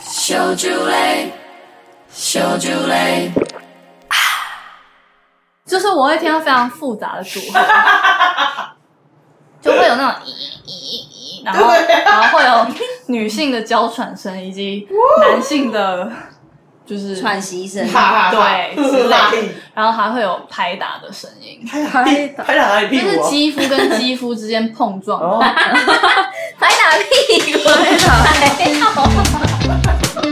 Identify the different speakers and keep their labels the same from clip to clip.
Speaker 1: 小酒类，小酒类，
Speaker 2: 就是我会听到非常复杂的组合，就会有那种咦咦咦，然后然后会有女性的娇喘声以及男性的，就是
Speaker 3: 喘息声，
Speaker 4: 哈哈，
Speaker 2: 对之类
Speaker 4: 拉 力，
Speaker 2: 然后还会有拍打的声音，
Speaker 4: 拍打屁，拍打哪里
Speaker 2: 就
Speaker 4: 屁
Speaker 2: 是
Speaker 4: 股啊？
Speaker 2: 肌肤跟肌肤之间碰撞。
Speaker 4: 哦，
Speaker 3: 拍打屁股，拍打屁股。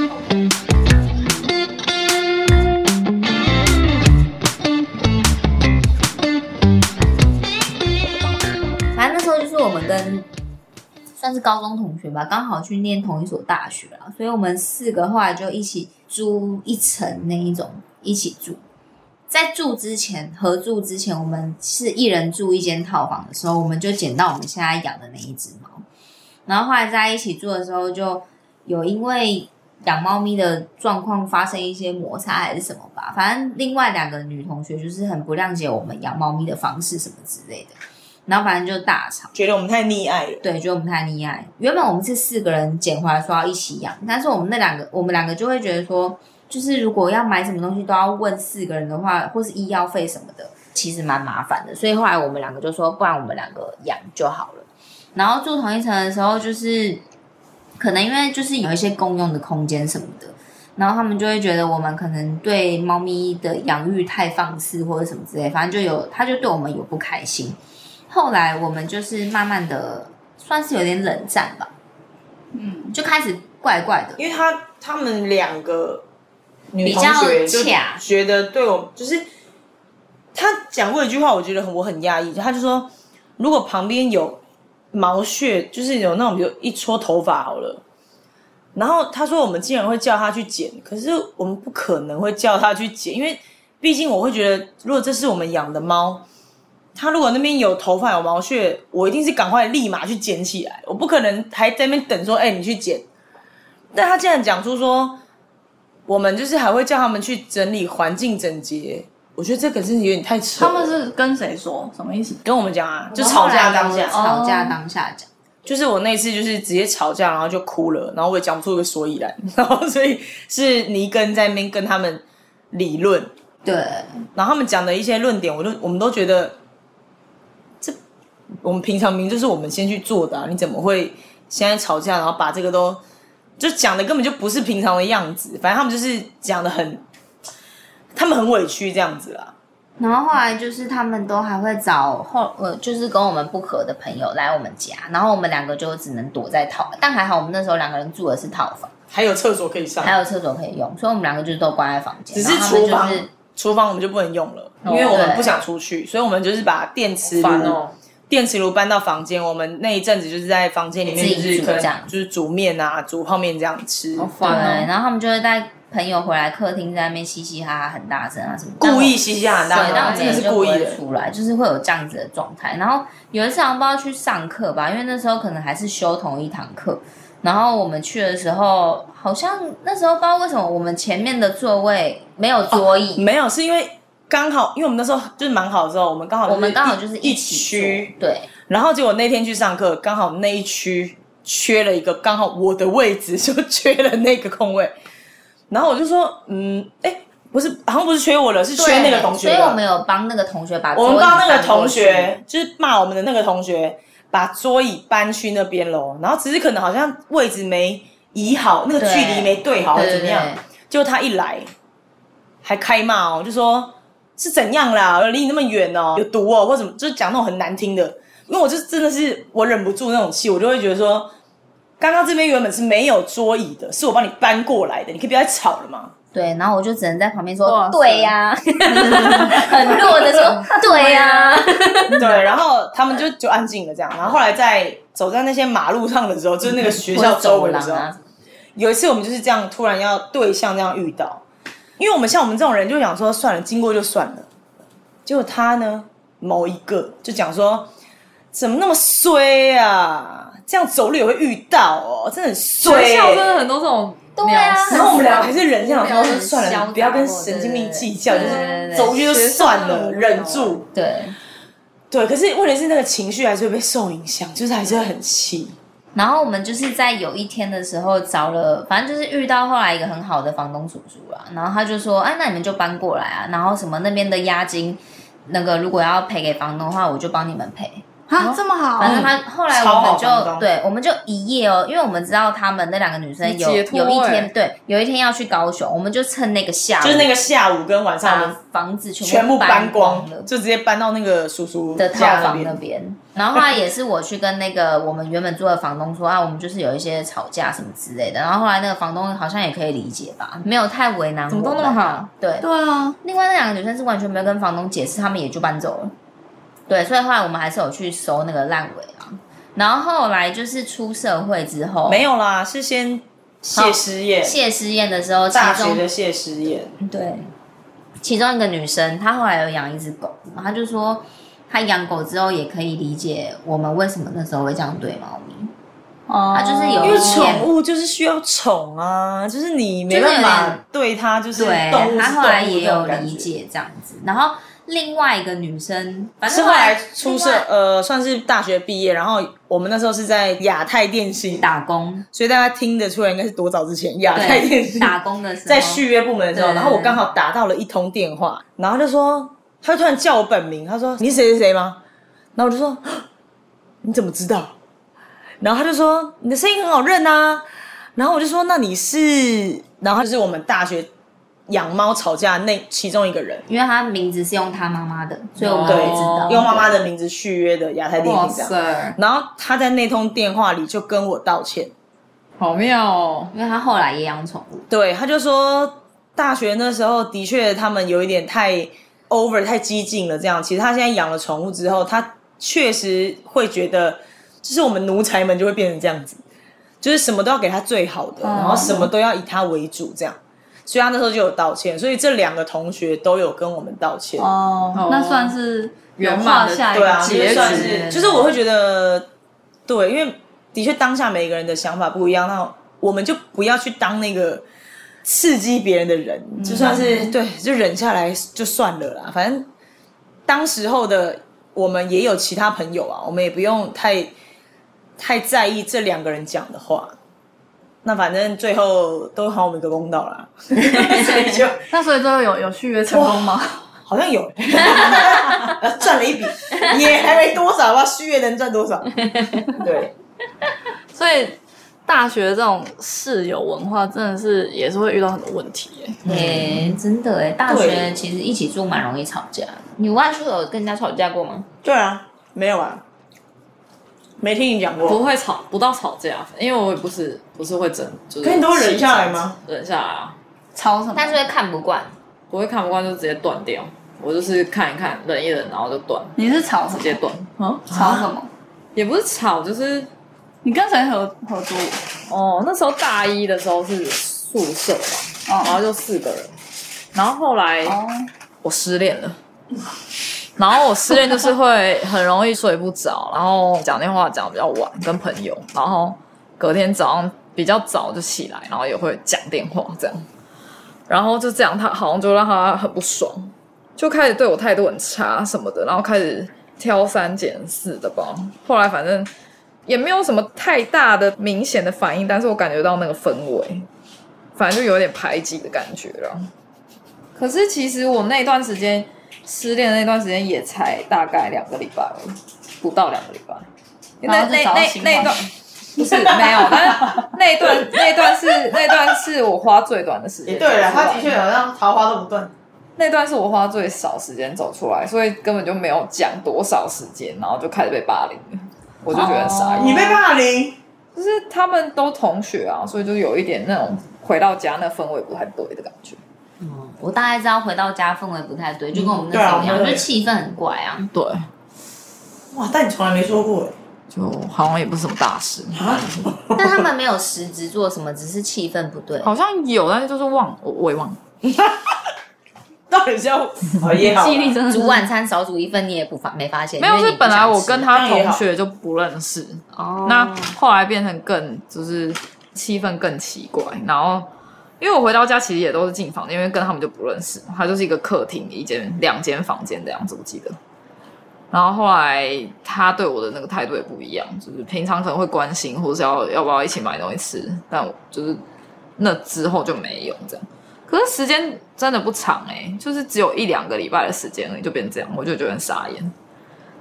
Speaker 3: 反正那时候就是我们跟算是高中同学吧，刚好去念同一所大学啦，所以我们四个后来就一起租一层那一种一起住。在住之前，合住之前，我们是一人住一间套房的时候，我们就捡到我们现在养的那一只猫。然后后来在一起住的时候，就有因为养猫咪的状况发生一些摩擦还是什么吧，反正另外两个女同学就是很不谅解我们养猫咪的方式什么之类的，然后反正就大吵。
Speaker 4: 觉得我们太溺爱了，
Speaker 3: 对，觉得我们太溺爱。原本我们是四个人捡回来说要一起养，但是我们那两个，我们两个就会觉得说，就是如果要买什么东西都要问四个人的话，或是医药费什么的，其实蛮麻烦的。所以后来我们两个就说，不然我们两个养就好了。然后住同一层的时候，就是可能因为就是有一些共用的空间什么的。然后他们就会觉得我们可能对猫咪的养育太放肆或者什么之类，反正就有他就对我们有不开心。后来我们就是慢慢的算是有点冷战吧，
Speaker 2: 嗯，
Speaker 3: 就开始怪怪的。
Speaker 4: 因为他他们两个女
Speaker 3: 比
Speaker 4: 同
Speaker 3: 较
Speaker 4: 学就
Speaker 3: 恰
Speaker 4: 觉得对我就是，他讲过一句话，我觉得很我很压抑，他就说如果旁边有毛屑，就是有那种比如一撮头发好了。然后他说我们竟然会叫他去剪，可是我们不可能会叫他去剪，因为毕竟我会觉得，如果这是我们养的猫，它如果那边有头发有毛屑，我一定是赶快立马去捡起来，我不可能还在那边等说，哎、你去捡。但他竟然讲出说，我们就是还会叫他们去整理环境整洁，我觉得这个真的有点太扯
Speaker 2: 他们
Speaker 4: 了。
Speaker 2: 是跟谁说？什么意思？
Speaker 4: 跟我们讲啊，就吵架当下，
Speaker 3: 吵架当下讲，
Speaker 4: 就是我那一次就是直接吵架，然后就哭了，然后我也讲不出个所以然，然后所以是尼根在那边跟他们理论，
Speaker 3: 对，
Speaker 4: 然后他们讲的一些论点，我都我们都觉得，这我们平常明明就是我们先去做的、啊，你怎么会现在吵架，然后把这个都就讲的根本就不是平常的样子，反正他们就是讲的很，他们很委屈这样子啦。
Speaker 3: 然后后来就是他们都还会找后呃，就是跟我们不合的朋友来我们家，然后我们两个就只能躲在套，但还好我们那时候两个人住的是套房，
Speaker 4: 还有厕所可以上，
Speaker 3: 还有厕所可以用，所以我们两个就是都关在房间，
Speaker 4: 只
Speaker 3: 然
Speaker 4: 是
Speaker 3: 后他们
Speaker 4: 厨房
Speaker 3: 就是
Speaker 4: 厨房我们就不能用了，因
Speaker 3: 哦
Speaker 4: 为我们
Speaker 3: 对
Speaker 4: 不想出去，所以我们就是把电磁炉、
Speaker 2: 烦哦
Speaker 4: 电磁炉搬到房间。我们那一阵子就是在房间里面，
Speaker 3: 自己
Speaker 4: 就是
Speaker 3: 煮
Speaker 4: 可能
Speaker 3: 这样哦
Speaker 4: 就是煮面啊、煮泡面这样吃，
Speaker 3: 对，然后他们就会带朋友回来客厅，在那边嘻嘻哈哈很大声啊什么，但
Speaker 4: 故
Speaker 3: 我
Speaker 4: 意嘻嘻哈哈很大
Speaker 3: 对，但我
Speaker 4: 声，
Speaker 3: 们
Speaker 4: 真的
Speaker 3: 也
Speaker 4: 是
Speaker 3: 就
Speaker 4: 故
Speaker 3: 不
Speaker 4: 意
Speaker 3: 会
Speaker 4: 的。
Speaker 3: 出来，就是会有这样子的状态。然后有一次好像不知道去上课吧，因为那时候可能还是修同一堂课。然后我们去的时候，好像那时候不知道为什么我们前面的座位没有桌椅，
Speaker 4: 哦没有，是因为刚好，因为我们那时候就是蛮好的时候，我们刚好
Speaker 3: 我们刚好就是
Speaker 4: 一
Speaker 3: 一
Speaker 4: 区
Speaker 3: 起，坐，对，
Speaker 4: 然后结果那天去上课，刚好那一区缺了一个，刚好我的位置就缺了那个空位，然后我就说，嗯，哎、不是，好像不是缺我了，是缺那个同学
Speaker 3: 所
Speaker 4: 的。
Speaker 3: 以我们有帮那个同学把
Speaker 4: 我
Speaker 3: 桌
Speaker 4: 们
Speaker 3: 椅
Speaker 4: 帮那个
Speaker 3: 搬过
Speaker 4: 同学
Speaker 3: 去，，
Speaker 4: 就是骂我们的那个同学，把桌椅搬去那边喽。然后只是可能好像位置没移好，那个距离
Speaker 3: 对
Speaker 4: 没对好，
Speaker 3: 对
Speaker 4: 怎
Speaker 3: 对
Speaker 4: 么样？
Speaker 3: 对
Speaker 4: 结果他一来，还开骂哦，就说是怎样啦，离你那么远哦，有毒哦，或什么，就是讲那种很难听的。因为我就真的是我忍不住那种气，我就会觉得说，刚刚这边原本是没有桌椅的，是我帮你搬过来的，你可以不要再吵了嘛。
Speaker 3: 对，然后我就只能在旁边说
Speaker 2: 哇塞
Speaker 3: 对 呀，很弱的说对呀，
Speaker 4: 对，然后他们就就安静了这样。然后后来在走在那些马路上的时候，就是那个学
Speaker 3: 或者
Speaker 4: 校周
Speaker 3: 走
Speaker 4: 围的
Speaker 3: 廊
Speaker 4: 时候，
Speaker 3: 啊，
Speaker 4: 有一次我们就是这样突然要对象这样遇到，因为我们像我们这种人就想说算了，经过就算了。结果他呢，某一个就讲说，怎么那么衰啊？这样走路也会遇到哦，真的很衰、
Speaker 2: 学校真
Speaker 4: 欸。
Speaker 2: 的很多这种
Speaker 3: 对啊
Speaker 2: 鸟事
Speaker 4: 然后我们俩还是人，想
Speaker 3: 无聊
Speaker 4: 说
Speaker 3: 很
Speaker 4: 算
Speaker 3: 嚣
Speaker 4: 了，
Speaker 3: 张
Speaker 4: 不要跟神经病计较，就
Speaker 3: 对对对
Speaker 4: 是
Speaker 3: 对
Speaker 4: 走过去就算了，
Speaker 2: 学生真的很无聊
Speaker 4: 忍住。
Speaker 3: 对。
Speaker 4: 对，可是问题是那个情绪还是会被受影响，就是还是会很气。
Speaker 3: 然后我们就是在有一天的时候找了，反正就是遇到后来一个很好的房东叔叔啦，然后他就说，哎、那你们就搬过来啊，然后什么那边的押金，那个如果要赔给房东的话，我就帮你们赔。
Speaker 2: 啊，这么
Speaker 4: 哦
Speaker 2: 好，
Speaker 3: 反正他后来
Speaker 4: 超
Speaker 3: 我们
Speaker 4: 好房
Speaker 3: 就
Speaker 4: 东
Speaker 3: 对，我们就一夜哦，因为我们知道他们那两个女生
Speaker 2: 你
Speaker 3: 有
Speaker 2: 解脱
Speaker 3: 有一
Speaker 2: 欸
Speaker 3: 天对，有一天要去高雄，我们就趁那个下午，
Speaker 4: 就是那个下午跟晚上，我
Speaker 3: 把
Speaker 4: 们
Speaker 3: 房子全
Speaker 4: 全部搬
Speaker 3: 搬
Speaker 4: 光
Speaker 3: 了，
Speaker 4: 就直接搬到那个叔叔
Speaker 3: 的套
Speaker 4: 家
Speaker 3: 房那
Speaker 4: 边。
Speaker 3: 边。然后后来也是我去跟那个我们原本住的房东说啊，我们就是有一些吵架什么之类的。然后后来那个房东好像也可以理解吧，没有太为难我。
Speaker 2: 怎么都那么？好？
Speaker 3: 对。
Speaker 2: 对啊，
Speaker 3: 另外那两个女生是完全没有跟房东解释，他们也就搬走了。对，所以后来我们还是有去收那个烂尾啊。然后后来就是出社会之后，
Speaker 4: 没有啦，是先谢师宴，
Speaker 3: 谢师宴的时候，其
Speaker 4: 大学
Speaker 3: 中
Speaker 4: 的谢师宴，
Speaker 3: 对，其中一个女生，她后来有养一只狗，然后她就说，她养狗之后也可以理解我们为什么那时候会这样对猫咪，
Speaker 2: 哦
Speaker 3: 他就是有
Speaker 4: 因为
Speaker 3: 一
Speaker 4: 宠物就是需要宠啊，就是你没
Speaker 3: 就是有点
Speaker 4: 办法对它，就是
Speaker 3: 对
Speaker 4: 动，物
Speaker 3: 她
Speaker 4: 是
Speaker 3: 后来
Speaker 4: 动物
Speaker 3: 也
Speaker 4: 这种
Speaker 3: 有
Speaker 4: 感
Speaker 3: 理
Speaker 4: 觉。
Speaker 3: 解这样子，然后另外一个女生，反
Speaker 4: 是
Speaker 3: 正
Speaker 4: 后来
Speaker 3: 来
Speaker 4: 出
Speaker 3: 另
Speaker 4: 社
Speaker 3: 外
Speaker 4: 呃，算是大学毕业，然后我们那时候是在亚太电信，
Speaker 3: 打工，
Speaker 4: 所以大家听得出来应该是多早之前亚太电
Speaker 3: 对，
Speaker 4: 信
Speaker 3: 打工的时候
Speaker 4: 在续约部门的时候，
Speaker 3: 对
Speaker 4: 然后我刚好打到了一通电话，然后他就说，他就突然叫我本名，他说你是谁谁谁吗？然后我就说啊你怎么知道？然后他就说你的声音很好认啊，然后我就说那你是，然后就是我们大学养猫吵架那其中一个人，
Speaker 3: 因为她名字是用她妈妈的，所以我们
Speaker 4: 对
Speaker 3: 会知道，
Speaker 4: 用妈妈的名字续约的亚太电
Speaker 2: 哇
Speaker 4: 影这样。
Speaker 2: 塞，
Speaker 4: 然后他在那通电话里就跟我道歉，
Speaker 2: 好妙哦！
Speaker 3: 因为她后来也养宠物，
Speaker 4: 对，他就说大学那时候的确他们有一点太 over 太激进了，这样。其实他现在养了宠物之后，他确实会觉得，就是我们奴才们就会变成这样子，就是什么都要给他最好的，然后什么都要以他为主这样。所以他那时候就有道歉，所以这两个同学都有跟我们道歉。
Speaker 2: 哦那算是有
Speaker 5: 圆满
Speaker 2: 画
Speaker 5: 的
Speaker 2: 下一
Speaker 4: 对啊，
Speaker 2: 个
Speaker 4: 就是
Speaker 2: 结
Speaker 4: 算
Speaker 2: 局。
Speaker 4: 是，就是我会觉得，对，因为的确当下每个人的想法不一样，那我们就不要去当那个刺激别人的人，就算是对，就忍下来就算了啦。反正当时候的我们也有其他朋友啊，我们也不用太太在意这两个人讲的话。那反正最后都还我们一个公道啦， 所以就
Speaker 2: 那所以最后有有续约成功吗？
Speaker 4: 好像有， 赚了一笔，也还没多少吧，虚月能赚多 少？对，
Speaker 2: 所以大学这种室友文化真的是也是会遇到很多问题耶。
Speaker 5: 嗯
Speaker 3: 诶、真的诶、大学
Speaker 4: 对
Speaker 3: 其实一起住蛮容易吵架的。你外宿有跟人家吵架过吗？
Speaker 4: 对啊，没有啊，没听你讲
Speaker 5: 不
Speaker 4: 过，
Speaker 5: 会吵，不到吵架，因为我也不是不是会争，就是
Speaker 4: 可你都忍下来吗？
Speaker 5: 忍下来啊，
Speaker 2: 吵什么？
Speaker 3: 但是会看不惯，
Speaker 5: 不会看不惯就直接断掉。我就是看一看，忍一忍，然后就断，
Speaker 2: 你是吵什
Speaker 5: 直接
Speaker 2: 么？
Speaker 5: 断。啊，
Speaker 2: 吵什么？
Speaker 5: 也不是吵，就是
Speaker 2: 你跟谁合合租？
Speaker 5: 哦，那时候大一的时候是宿舍嘛，然后
Speaker 2: 哦
Speaker 5: 就四个人，然后后来
Speaker 2: 哦，
Speaker 5: 我失恋了。然后我失恋就是会很容易睡不着，然后讲电话讲得比较晚，跟朋友，然后隔天早上比较早就起来，然后也会讲电话这样，然后就这样，他好像就让他很不爽，就开始对我态度很差什么的，然后开始挑三拣四的吧。后来反正也没有什么太大的明显的反应，但是我感觉到那个氛围，反正就有点排挤的感觉了。可是其实我那段时间失恋的那段时间也才大概两个礼拜而已，不到两个礼拜。
Speaker 2: 然
Speaker 5: 那
Speaker 2: 后就
Speaker 5: 那
Speaker 2: 找到
Speaker 5: 那
Speaker 2: 新
Speaker 5: 那
Speaker 2: 欢
Speaker 5: 段不是没有，但是 那段那段是那段是我花最短的时间。
Speaker 4: 了，啊他的确好像桃花都不断。
Speaker 5: 那段是我花最少时间走出来，所以根本就没有讲多少时间，然后就开始被霸凌了。我就觉得很傻眼
Speaker 4: 哦你被霸凌，
Speaker 5: 就是他们都同学啊，所以就有一点那种回到家那氛围不太对的感觉。嗯
Speaker 3: 我大概知道回到家氛围不太对，就跟我们那时候一
Speaker 4: 对啊
Speaker 3: 样，
Speaker 4: 对
Speaker 3: 就气氛很怪 啊。
Speaker 5: 对，
Speaker 4: 哇！但你从来没说过
Speaker 5: 就好像也不是什么大事，
Speaker 4: 啊
Speaker 3: 但他们没有实质做什么，只是气氛不对。
Speaker 5: 好像有，但是就是忘，我我也忘了。
Speaker 4: 到底是要 哦也好啦
Speaker 2: 记忆力真的是
Speaker 3: 煮晚餐少煮一份，你也不发没发
Speaker 4: 哎
Speaker 3: 现？
Speaker 5: 没有，
Speaker 3: 因为
Speaker 5: 是
Speaker 3: 你不
Speaker 5: 本
Speaker 3: 想
Speaker 5: 来我
Speaker 3: 吃
Speaker 5: 跟
Speaker 4: 那
Speaker 5: 他
Speaker 4: 也好
Speaker 5: 同学就不认识，
Speaker 3: 哦，
Speaker 5: 那后来变成更就是气氛更奇怪，然后因为我回到家其实也都是进房间，因为跟他们就不认识，它就是一个客厅一间两间房间这样子，我记得。然后后来他对我的那个态度也不一样，就是平常可能会关心，或是要要不要一起买东西吃，但我就是那之后就没有这样。可是时间真的不长哎、就是只有一两个礼拜的时间而已，就变这样，我就觉得很傻眼，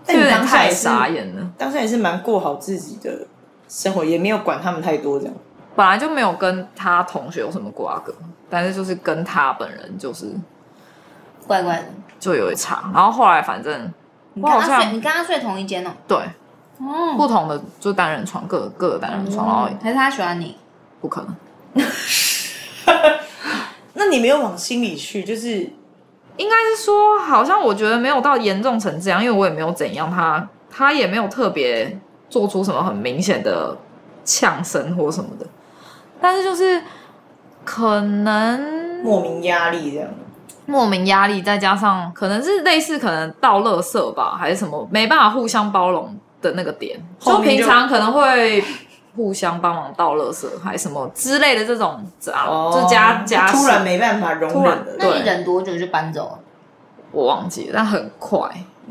Speaker 5: 就
Speaker 4: 但
Speaker 5: 有
Speaker 4: 你
Speaker 5: 点
Speaker 4: 当下
Speaker 5: 太
Speaker 4: 也是，
Speaker 5: 傻眼了。
Speaker 4: 当下也是蛮过好自己的生活，也没有管他们太多这样。
Speaker 5: 本来就没有跟他同学有什么瓜葛，但是就是跟他本人就是
Speaker 3: 怪怪的。
Speaker 5: 就有一场，然后后来反正
Speaker 3: 你
Speaker 5: 我
Speaker 3: 跟
Speaker 5: 好
Speaker 3: 他睡，
Speaker 5: 像
Speaker 3: 你跟他睡同一间哦。
Speaker 5: 对
Speaker 3: 哦，嗯
Speaker 5: 不同的就单人床，各各的单人床，然后
Speaker 3: 还是他喜欢你？
Speaker 5: 不可能，
Speaker 4: 那你没有往心里去，就是
Speaker 5: 应该是说好像我觉得没有到严重成这样，因为我也没有怎样，他他也没有特别做出什么很明显的呛声或什么的，但是就是可能
Speaker 4: 莫名压力这样。
Speaker 5: 莫名压力，再加上可能是类似可能到垃圾吧，还是什么没办法互相包容的那个点，
Speaker 4: 后
Speaker 5: 就
Speaker 4: 面就
Speaker 5: 平常可能会互相帮忙倒垃圾，还是什么之类的这种杂，哦就加加
Speaker 4: 哦突然没办法容
Speaker 5: 突然
Speaker 4: 忍
Speaker 3: 那
Speaker 4: 了，
Speaker 5: 对
Speaker 3: 你忍多久就搬走了？
Speaker 5: 我忘记了，但很快，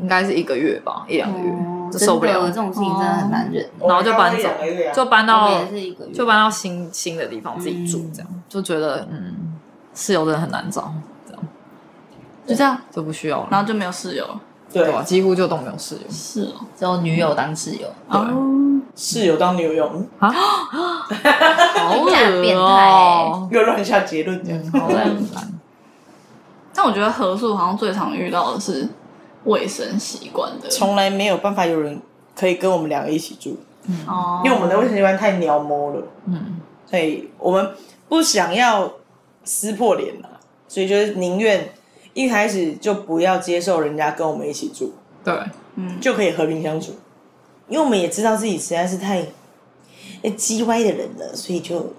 Speaker 5: 应该是一个月吧，一两个月、
Speaker 3: 哦
Speaker 5: 就嗯受不
Speaker 3: 真的
Speaker 5: 了
Speaker 3: 这，种事情真的很难忍。
Speaker 5: 然后就搬
Speaker 4: 我刚刚一
Speaker 5: 走
Speaker 4: 两个月，啊
Speaker 5: 就搬
Speaker 3: 我
Speaker 5: 到
Speaker 3: 们也是一个月，
Speaker 5: 就搬到新新的地方自己住，这样、就觉得嗯，室友真的很难找，这样
Speaker 2: 就这样，
Speaker 5: 就不需要了，
Speaker 2: 然后就没有室友了。
Speaker 5: 对啊
Speaker 4: 对啊
Speaker 5: 吧？几乎就都没有室友。
Speaker 2: 是哦，
Speaker 3: 只有女友当室友。
Speaker 2: 哦，
Speaker 4: 室友当女友，嗯
Speaker 5: 啊，好恶
Speaker 3: 很变态
Speaker 5: 哦、
Speaker 4: 又乱下结论这样。
Speaker 5: 好冷，
Speaker 4: 嗯
Speaker 2: 但我觉得合宿好像最常遇到的是卫生习惯的，
Speaker 4: 从来没有办法有人可以跟我们两个一起住，
Speaker 2: 哦，
Speaker 4: 因为我们的卫生习惯太鸟摸了，
Speaker 5: 嗯，
Speaker 4: 所以我们不想要撕破脸啊，所以就是宁愿一开始就不要接受人家跟我们一起住，
Speaker 5: 对，
Speaker 4: 就可以和平相处。因为我们也知道自己实在是太呃叽歪的人了，所以就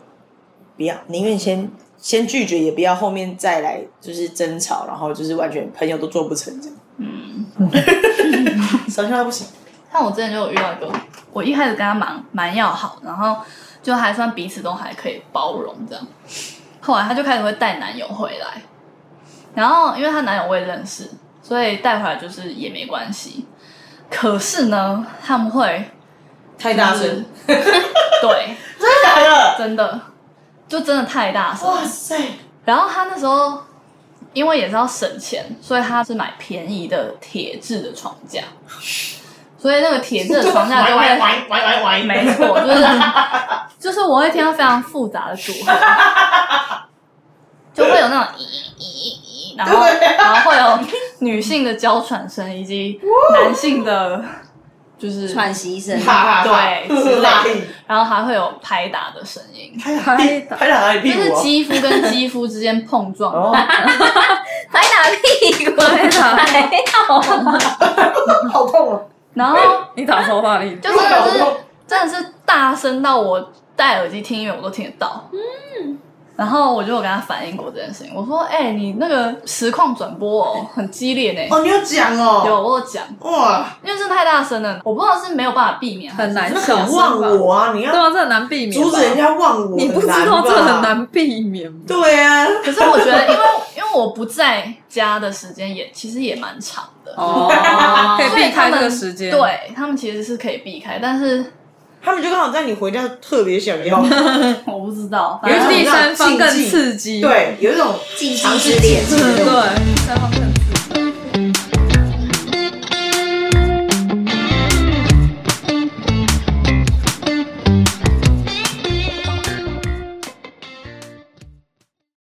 Speaker 4: 不要，宁愿先先拒绝，也不要后面再来就是争吵，然后就是完全朋友都做不成这样。 嗯，首先他不行，
Speaker 2: 像我之前就有遇到一个，我一开始跟他蛮蛮要好，然后就还算彼此都还可以包容这样。后来他就开始会带男友回来，然后因为她男友我也认识，所以带回来就是也没关系。可是呢，他们会
Speaker 4: 太
Speaker 2: 就
Speaker 4: 大
Speaker 2: 是
Speaker 4: 声，
Speaker 2: 对，
Speaker 4: 真的假的？
Speaker 2: 真的就真的太大声了。
Speaker 4: 哇塞！
Speaker 2: 然后他那时候因为也是要省钱，所以他是买便宜的铁质的床架，所以那个铁质的床架 就会。
Speaker 4: 玩玩玩玩
Speaker 2: 没错，就是 就是我会听到非常复杂的组合，就会有那种咦咦咦，然后然后会有女性的娇喘声以及男性的，就是
Speaker 3: 喘息声，
Speaker 4: 哈哈哈，
Speaker 2: 对之
Speaker 4: 拉
Speaker 2: 类
Speaker 4: 力
Speaker 2: 的，然后还会有拍打的声音，
Speaker 4: 拍打拍打哪里屁
Speaker 2: 就
Speaker 4: 股
Speaker 2: 是
Speaker 4: 啊？
Speaker 2: 肌肤跟肌肤之间碰撞，
Speaker 4: 哦，
Speaker 3: 拍打屁 股，拍
Speaker 2: 啊
Speaker 5: 打
Speaker 4: 好痛哦！
Speaker 2: 然后
Speaker 5: 你打头发力，
Speaker 2: 就真的
Speaker 4: 好
Speaker 2: 是
Speaker 4: 痛
Speaker 2: 真的是大声到我戴耳机听音乐我都听得到。嗯，然后我就有跟他反映过这件事情，我说：“哎、你那个实况转播哦，很激烈呢。
Speaker 4: 哦，你有讲哦，
Speaker 2: 有我有讲，
Speaker 4: 哇，
Speaker 2: 因为是太大声了，我不知道是没有办法避免，
Speaker 5: 很难
Speaker 4: 那
Speaker 5: 小
Speaker 4: 很
Speaker 5: 声
Speaker 4: 忘
Speaker 5: 吧，
Speaker 4: 我啊！你
Speaker 5: 对
Speaker 4: 要
Speaker 5: 啊，这很难避免吧，
Speaker 4: 阻止人家忘我，
Speaker 5: 你不知
Speaker 4: 很难
Speaker 5: 道
Speaker 4: 吧
Speaker 5: 这很。难避免吧，
Speaker 4: 对啊，
Speaker 2: 可是我觉得，因为因为我不在家的时间也其实也蛮长的，
Speaker 5: 哦，可以
Speaker 2: 所以
Speaker 5: 避
Speaker 2: 他
Speaker 5: 开
Speaker 2: 们
Speaker 5: 这个时间，，
Speaker 2: 对他们其实是可以避开，但是
Speaker 4: 他们就刚好在你回家特别想 要，
Speaker 2: 我不知道，反
Speaker 5: 因
Speaker 2: 正
Speaker 5: 为第三方更刺激，
Speaker 4: 对，有一种
Speaker 3: 禁忌
Speaker 4: 强
Speaker 3: 之
Speaker 4: 制
Speaker 3: 恋。
Speaker 5: 对，第三方更。